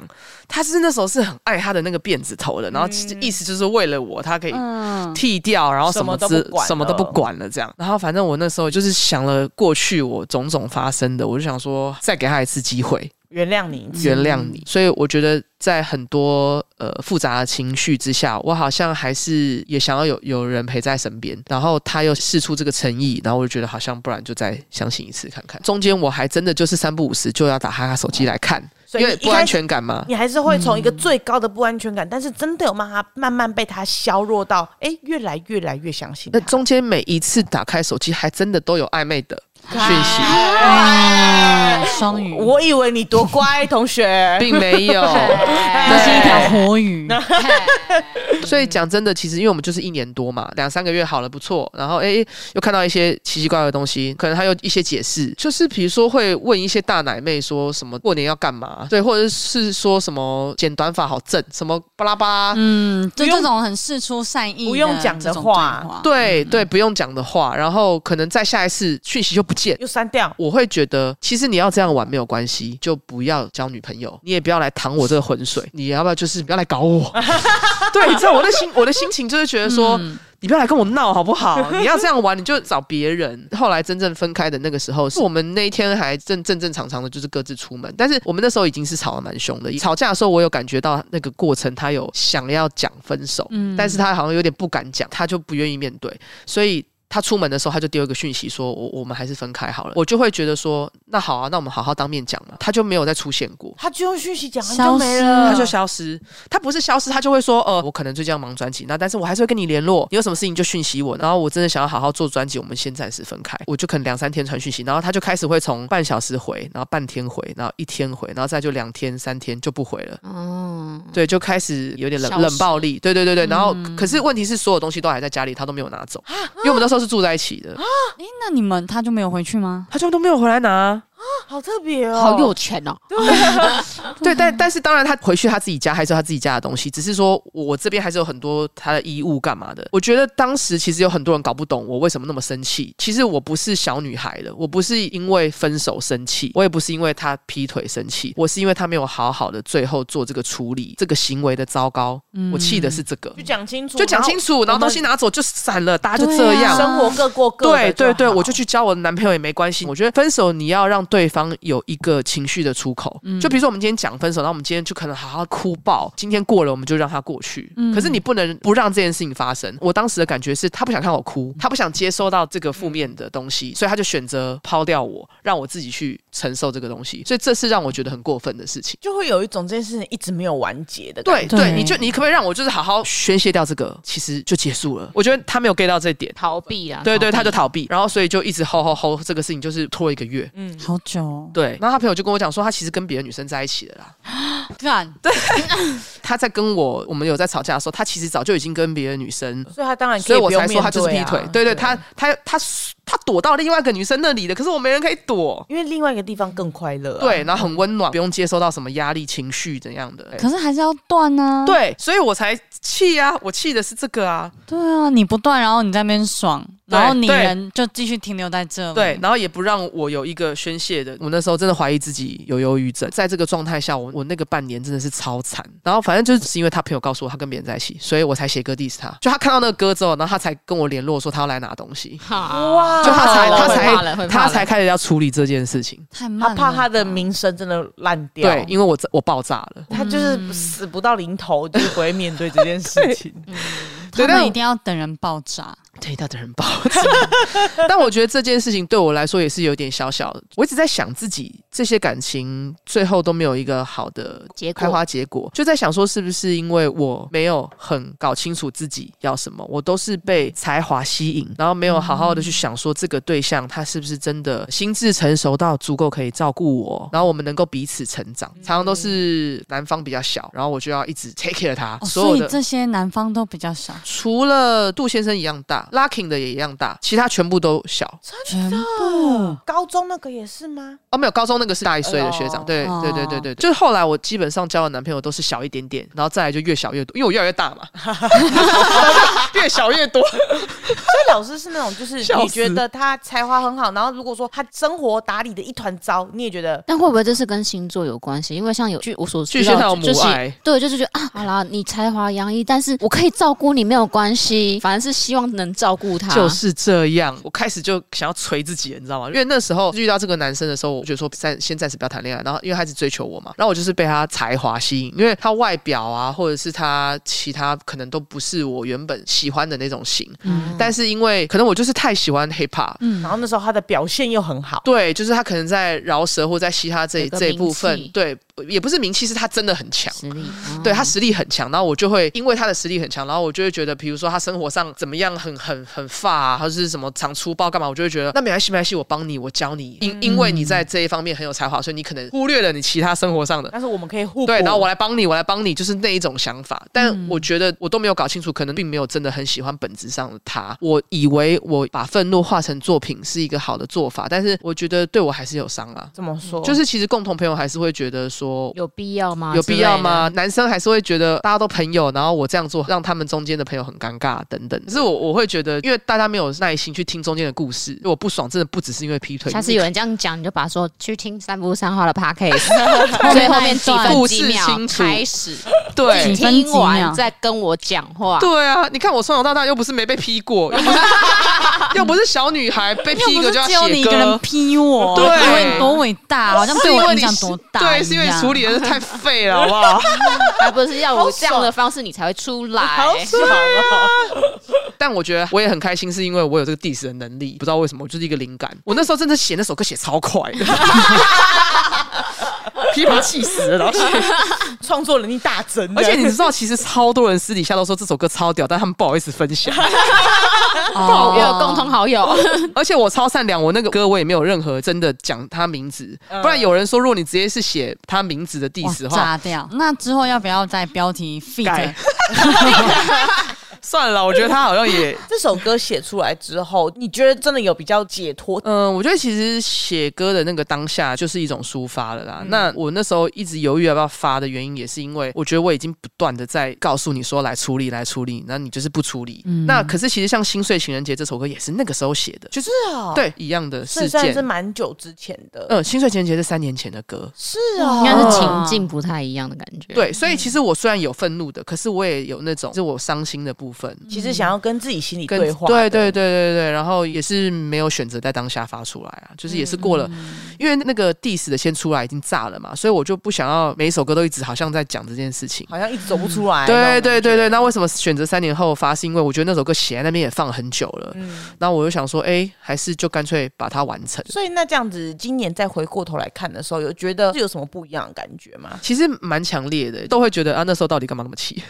他是那时候是很爱他的那个辫子头的，然后其
嗯
实意思就是为了我，他可以
嗯，
剃掉，然后什么
什么都
之
不管了
什么都不管了这样。然后反正我那时候就是想了过去我种种发生的，我就想说再给他一次机会，
原谅你，
原谅你。所以我觉得在很多呃复杂的情绪之下，我好像还是也想要有有人陪在身边，然后他又试出这个诚意，然后我就觉得好像不然就再相信一次看看。中间我还真的就是三不五时就要打开他手机来看，
所以
因
你
为
一
不
开
安
始
全感嘛。
你还是会从一
嗯
个最高的不安全感，但是真的有慢慢慢慢被他削弱到，哎、越来越来越相信
那
他。
中间每一次打开手机，还真的都有暧昧的讯息。
哎双鱼，
我以为你多乖，同学。
并没有，
那是一条活鱼，
所以讲真的，其实因为我们就是一年多嘛，两三个月好了不错，然后诶又看到一些奇奇怪怪的东西，可能还有一些解释，就是比如说会问一些大奶妹说什么过年要干嘛，对，或者是说什么剪短发好正，什么巴拉巴拉。
嗯，就
不用
这种很事出善意，
不用讲的
这种
话
对话，
对对，不用讲的话，然后可能在下一次讯息就不见，
又删掉，
我会觉得，其实你要这样玩没有关系，就不要交女朋友，你也不要来淌我这个浑水，你要不要就是不要来搞我？ 对，你知道我的心，我的心情就是觉得说。
嗯
你不要来跟我闹好不好？你要这样玩，你就找别人。后来真正分开的那个时候，是我们那一天还正正正常常的，就是各自出门。但是我们那时候已经是吵得蛮凶的。吵架的时候，我有感觉到那个过程，他有想要讲分手，
嗯
但是他好像有点不敢讲，他就不愿意面对。所以他出门的时候，他就丢一个讯息说：“我我们还是分开好了。”我就会觉得说：“那好啊，那我们好好当面讲嘛。”他就没有再出现过，
他就用讯息讲完
消
就
失
没
嗯
了，
他就消失。他不是消失，他就会说：“呃，我可能最近要忙专辑，那但是我还是会跟你联络，你有什么事情就讯息我。然后我真的想要好好做专辑，我们先暂时分开。”我就可能两三天传讯息，然后他就开始会从半小时回，然后半天回，然后一天回，然后再就两天、三天就不回了。
嗯，
对，就开始有点
消失嗯
冷冷暴力，对对对对。然后，可是问题是，所有东西都还在家里，他都没有拿走，
啊
因为我们那时候是住在一起的，
哎，那你们他就没有回去吗？
他就都没有回来拿。
好特别哦，
好有钱哦，
对，
啊
嗯
但但是当然，他回去他自己家还是有他自己家的东西，只是说我这边还是有很多他的衣物干嘛的。我觉得当时其实有很多人搞不懂我为什么那么生气。其实我不是小女孩了，我不是因为分手生气，我也不是因为他劈腿生气，我是因为他没有好好的最后做这个处理，这个行为的糟糕，我气的是这个。
嗯就讲清楚，
就讲清楚，然后
我们
东西拿走就散了，大家就
对
这
啊
样。
生活各过各
对
的
对对，
好
我就去交我的男朋友也没关系。我觉得分手你要让对方有一个情绪的出口，就比如说我们今天讲分手，然后我们今天就可能好好哭爆，今天过了我们就让它过去。可是你不能不让这件事情发生。我当时的感觉是他不想看我哭，他不想接收到这个负面的东西，所以他就选择抛掉我，让我自己去承受这个东西。所以这是让我觉得很过分的事情。
就会有一种这件事情一直没有完结的感
对
觉，
对
对，你就你可不可以让我就是好好宣泄掉这个，其实就结束了。我觉得他没有 get 到这一点。
逃避啊，
对对，他
逃避
就逃避，然后所以就一直吼吼吼，这个事情就是拖一个月。
嗯，
好久、哦，
对，然后他朋友就跟我讲说，他其实跟别的女生在一起了啦。
干，
他在跟我我们有在吵架的时候，他其实早就已经跟别的女生，
所以他当然可
所以我
不用
才说他就是劈
面
腿
啊。
对对，他他他他躲到另外一个女生那里的，可是我没人可以躲。
因为另外一个地方更快乐啊，
对，然后很温暖，不用接收到什么压力、情绪怎样的。
可是还是要断啊。
对，所以我才气啊！我气的是这个啊，
对啊，你不断，然后你在那边爽，
对
然后你
对
人就继续停留在
嗯
这里。
对，然后也不让我有一个宣泄的。我那时候真的怀疑自己有忧郁症，在这个状态下，我我那个半年真的是超惨。然后反正就是因为他朋友告诉我他跟别人在一起，所以我才写歌 diss 他。就他看到那个歌之后，然后他才跟我联络说他要来拿东西，
哇
就他才
哦会
他
怕了
才
会怕
他
了
才开始要处理这件事情。
太
他
慢了吧，
怕他的名声真的烂掉。
对，因为我我爆炸了。
他
嗯
就是死不到临头，就是不会面对这件事 情。
他
但
们
我
一定要等人爆炸。
对，他等人爆炸。 但我觉得这件事情对我来说也是有点小小的。我一直在想自己这些感情最后都没有一个好的
结
开花结果，就在想说是不是因为我没有很搞清楚自己要什么，我都是被才华吸引，然后没有好
嗯
好的去想说这个对象他是不是真的心智成熟到足够可以照顾我，然后我们能够彼此成长。
嗯
常常都是男方比较小，然后我就要一直 take care 他，
哦、
所
所
有
以
的
这些男方都比较少，
除了杜先生一样大，Lucky 的也一样大，其他全部都小。
全部
高中那个也是吗？
哦，没有，高中那个是大一岁的学长，
哦
哎
对
哦
对对对对，就是后来我基本上交的男朋友都是小一点点，然后再来就越小越多，因为我越来越 大嘛， 越小越多。
所以老师是那种，就是
笑死
你觉得他才华很好，然后如果说他生活打理的一团糟，你也觉得
但会不会这是跟星座有关系？因为像有据我所知
巨蟹
道的，
有母
就是
爱
对，就是觉得啊，好啦，你才华洋溢，但是我可以照顾你没有关系，反而是希望能照顾他。
就是这样，我开始就想要锤自己，你知道吗？因为那时候遇到这个男生的时候，我就说暂先暂时不要谈恋爱，然后因为他一直追求我嘛，然后我就是被他才华吸引，因为他外表啊，或者是他其他可能都不是我原本喜欢的那种型，但是因为可能我就是太喜欢 hip hop，
然后那时候他的表现又很好，
嗯对，就是他可能在饶舌或在嘻哈这
有个
这一
名
部分
气，
对，也不是名气，是他真的很强。
实力，哦
对他实力很强，然后我就会因为他的实力很强，然后我就会觉得，比如说他生活上怎么样很很很发啊，或是什么常粗暴干嘛，我就会觉得那没关系没关系，我帮你，我教你，因因为你在这一方面很有才华，所以你可能忽略了你其他生活上的。
但是我们可以互补。
对，然后我来帮你，我来帮你，就是那一种想法。但我觉得我都没有搞清楚，可能并没有真的很喜欢本质上的他。我以为我把愤怒化成作品是一个好的做法，但是我觉得对我还是有伤啊。
这么说，
就是其实共同朋友还是会觉得说，
有必要吗？
有必要吗？？男生还是会觉得大家都朋友，然后我这样做让他们中间的朋友很尴尬等等。可是我我会觉得，因为大家没有耐心去听中间的故事，我不爽真的不只是因为劈腿，
下次
因
有
为
人这样讲，你就把他说去听三不三话的 podcast，最后面几分几秒
故事清楚
开始，
几
对。
分几
听完
秒
再跟我讲话。
对啊，你看我从小到大又不是没被劈过，又不是 又不是小女孩被
又
劈
不
个
是
就要
只有你
写
一个人
歌，
批我，
对
以为你多伟大，好像
是
对
因
我
为
影
你
响
是
多大一样。
对，是因为你处理的太废了，好不 好？啊
而不是要我这样的方式你才会出来
好。爽哦！
但我觉得我也很开心，是因为我有这个 diss 的能力，不知道为什么，我就是一个灵感。我那时候真的写那首歌写超 快的，
琵琶气死 了，然后创作能力大增。啊
而且你知道，其实超多人私底下都说这首歌超屌，但他们不好意思分 享。
哦
有共同好友，
而且我超善良，我那个歌我也没有任何真的讲他名字，不然有人说，如果你直接是写他名字的
嗯哇
diss 的话，
炸掉。那之后要不要在标题 feed
改算了，我觉得他好像也。
这首歌写出来之后，你觉得真的有比较解脱？
嗯，我觉得其实写歌的那个当下就是一种抒发了
嗯
啦。那我那时候一直犹豫要不要发的原因，也是因为我觉得我已经不断的在告诉你说来处理，来处理，那你就是不处理。
嗯
那可是其实像《心碎情人节》这首歌也是那个时候写的，就是
是哦，，
对一样的
所以
事
算
件
是。蛮久之前的。
嗯，《心碎情人节》是三年前的歌，
是嗯
应
哦，
该是情
哦
境不太一样的感觉。，
对，所以其实我虽然有愤怒的，可是我也有那种是我伤心的部分。
其实想要跟自己心里
跟
对话。
对对对对对，然后也是没有选择在当下发出来啊，就是也是过了，因为那个 diss 的先出来已经炸了嘛，所以我就不想要每一首歌都一直好像在讲这件事情。
好像一直走不出来。
嗯对对对对，那为什么选择三年后发？是因为我觉得那首歌写在那边也放了很久了，然后我就想说，哎，还是就干脆把它完成。
所以那这样子，今年再回过头来看的时候，有觉得是有什么不一样的感觉吗？
其实蛮强烈的，都会觉得啊，那时候到底干嘛那么气？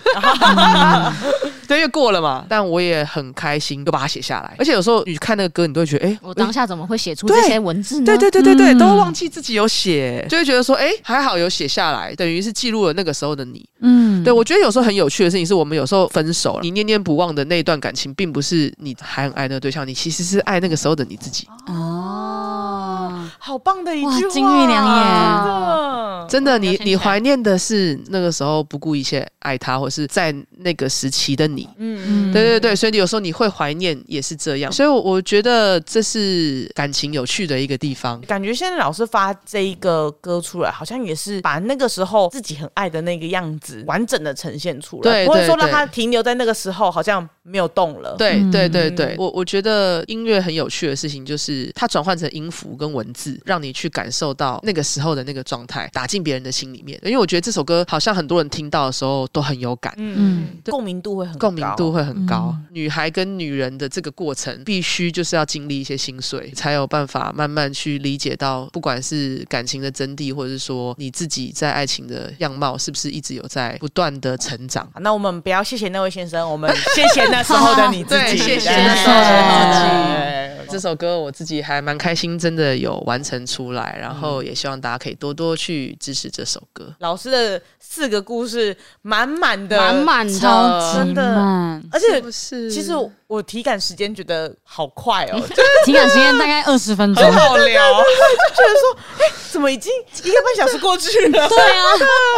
对，因为过了嘛，但我也很开心，就把它写下来。而且有时候你看那个歌，你都会觉得，哎、
我
诶
当下怎么会写出这些文字呢？
对对对对对，
嗯
都忘记自己有写，就会觉得说，哎、还好有写下来，等于是记录了那个时候的你。
嗯，
对，我觉得有时候很有趣的事情是我们有时候分手了，你念念不忘的那一段感情，哦并不是你还很爱那个对象，你其实是爱那个时候的你自己。
哦，
棒，
好棒的一句话，
哇金玉良言
真的
真的，你
先
你
起来
怀念的是那个时候不顾一切爱他，或是在那个时期的你。
嗯
嗯
对对对，所以你有时候你会怀念也是这样，所以我我觉得这是感情有趣的一个地方。
感觉现在老师发这一个歌出来，好像也是把那个时候自己很爱的那个样子完整的呈现出来，
对
不会
对
说让
对
他停留在那个时候，好像没有动了。
对
嗯
对对对，我我觉得音乐很有趣的事情就是它转换成音符跟文字，让你去感受到那个时候的那个状态，打进别人的心里面。因为我觉得这首歌好像很多人听到的时候都很有感。
嗯，
嗯
共鸣度会很高
共鸣度。会很高。
嗯
女孩跟女人的这个过程，必须就是要经历一些心碎，才有办法慢慢去理解到，不管是感情的真谛，或者是说你自己在爱情的样貌，是不是一直有在不断的成长。
好那我们不要谢谢那位先生，我 们谢谢那时候的你自己，
对谢谢
那时候
的
对
这首歌我自己还蛮开心，真的有完成出来，然后也希望大家可以多多去支持这首歌。
老师的四个故事，满满的，
满满
嗯超
的。
级
真的
慢，
而
是
且
不是？
其实我体感时间觉得好快 哦，
体感时间大概二十分钟
很。好聊，就觉得说，哎，怎么已经一个半小时过去了？
对啊，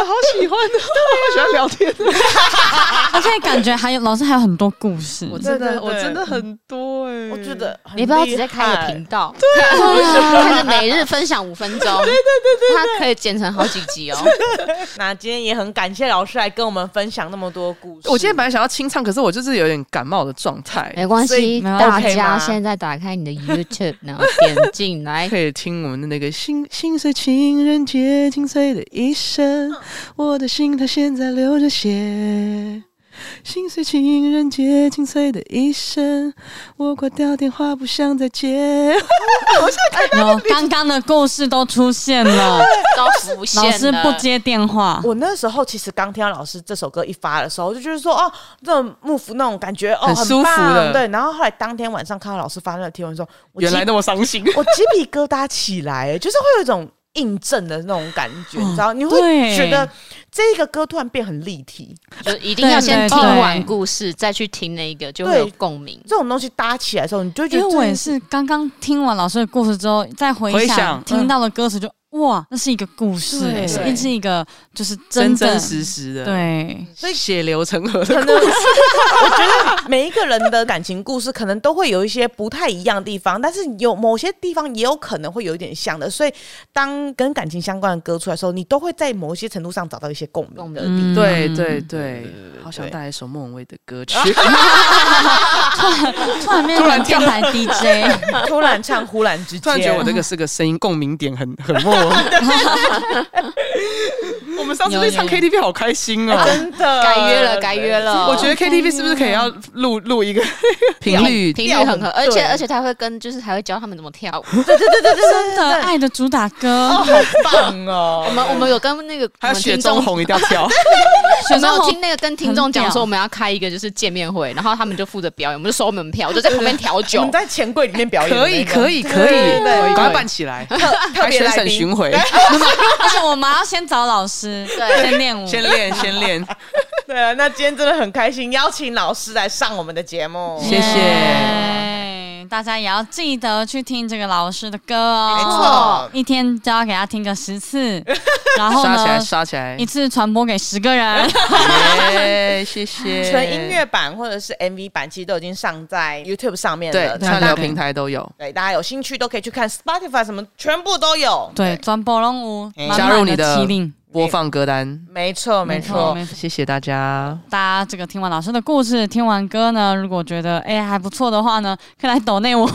好喜 欢的，我喜欢聊天。哦
而且感觉还有老师还有很多故事，
我
对
真的，
对对
我真的很多哎、
我觉得很
你不要直
厉
接开个
害
频道， 对，开始每日分享五分钟，对对对对，它可以剪成好几集哦。
那今天也很感谢老师来跟我们分享那么多故事。
我今天本来想要清唱，可是我就是有点感冒的状态。
没关
所以
系，
没有
大
OK 吗
家现在打开你的 YouTube，然后点进 来
可以听我们的那个心心碎情人节，精彩的一生，我的心它现在流着血。心碎情人节，精彩的一生，我挂掉电话不想再接。
有刚刚的故事都出现 了，
都浮现
老
了
师不接电话，
我那时候其实刚听到老师这首歌一发的时候，我就觉得说哦，这种幕府那种感觉哦，
很舒服
棒
的
对，然后后来当天晚上看到老师发那个贴文说，我鸡
原来那么伤心，
我鸡皮疙瘩起来，就是会有一种印证的那种感觉，
哦
你知道？你会
对
觉得这个歌突然变很立体，
就一定要先
对
听
对
完
对
故事，再去听那一个，就会有
对
共鸣。
这种东西搭起来的时候，你就会觉
因
得
为我也
真
是刚刚听完老师的故事之后，再回
回
想
想嗯
听到的歌词就，哇，那是一个故事、
对
欸，是
对
是一个就是真
真真
正
实实的，，
对，
所以血流成河
的
的
可能我觉得 每一个人的感情故事可能都会有一些不太一样的地方，但是有某些地方也有可能会有一点像的，所以当跟感情相关的歌出来的时候，你都会在某一些程度上找到一些共鸣的地方。
嗯
对对对，好想
对
带来一首莫文蔚的歌曲。嗯
突然变成电台 DJ，
突然唱，忽然之间，
突然觉得我这个是个声音共鸣点很很莫文蔚我们上次去
有
唱
有
KTV 好开心哦，
真的
该哎约了，该约。了。
我觉得 KTV 是不是可以要录录一个频率？
频率很合，而
对
且而且他会跟，就是还会教他们怎么跳舞。
对对对对对对，
真的爱的主打歌，
棒哦！
我们我们有跟那个
还有
我们
雪
听
中
众，
红一定要跳，
雪
我们
中
有
红
听那个跟听众讲
很
说
屌
我们要开一个就是见面会，然后他们就负责表演，我们就收门票，我就在旁边调
我
酒
们。在钱柜里面表演，
可以可以可
对
以
对对，
赶
对
快办起来，
特
还
别
全
来
省
宾
巡 回，
而且我们要先找老师，
对
先练舞，
先练先练，
对啊，那今天真的很开心，邀请老师来上我们的节目，
谢谢。
对大家也要记得去听这个老师的歌哦，
没错
一天就要给他听个十 次，然后
刷起来
呢，
刷起来
一，次传播给十个人。
耶谢谢。
纯音乐版或者是 MV 版，其实都已经上在 YouTube 上面
对
了。
串
大
流
家
平台都有，
对大家有兴趣都可以去看 Spotify 什么，全部都有。
对，，转播任务，
嘿
满满
哎加入你
的
的
麒麟，
播放歌单，
没错没错。
没错。
谢谢大家。
大家这个听完老师的故事，听完歌呢，如果觉得哎、还不错的话呢，可以来抖内我 们。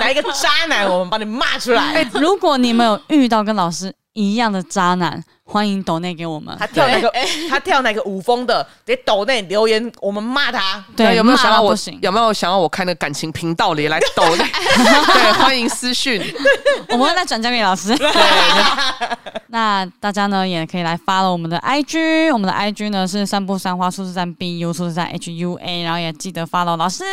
来一个渣男，我们帮你骂出 来。
如果你们有遇到跟老师一样的渣男，欢迎抖内给我们
他。跳那个，他跳那个舞风的，直接抖内留言，我们骂他。
对，
有没有
骂
想要
到
我
不行？
有没有想要我开那个感情频道里来抖 的？对，欢迎私讯。
我们会再转交给老 师。 那大家呢也可以来发了我们的 IG，我们的 IG 呢是三步三花数字三 B U 数字三 H U A，然后也记得发了老师，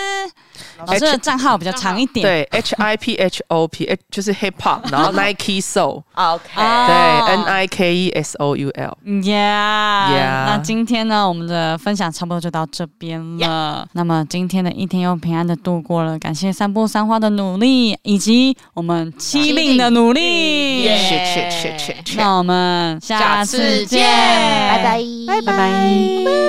老师的账号比较长一点。
哎对，H I P 哎 H O P H 就是 hip hop，然后 Nike Soul，
OK，
啊
对
哦
，N I K E S S O U L。
Yeah，,
Yeah
那今天呢，我们的分享差不多就到这边了。那么今天的一天又平安的度过了，感谢三波三花的努力，以及我们七令的努力。
切切切切切。
那我们下
下
次
次
见，
见
拜拜，
拜拜。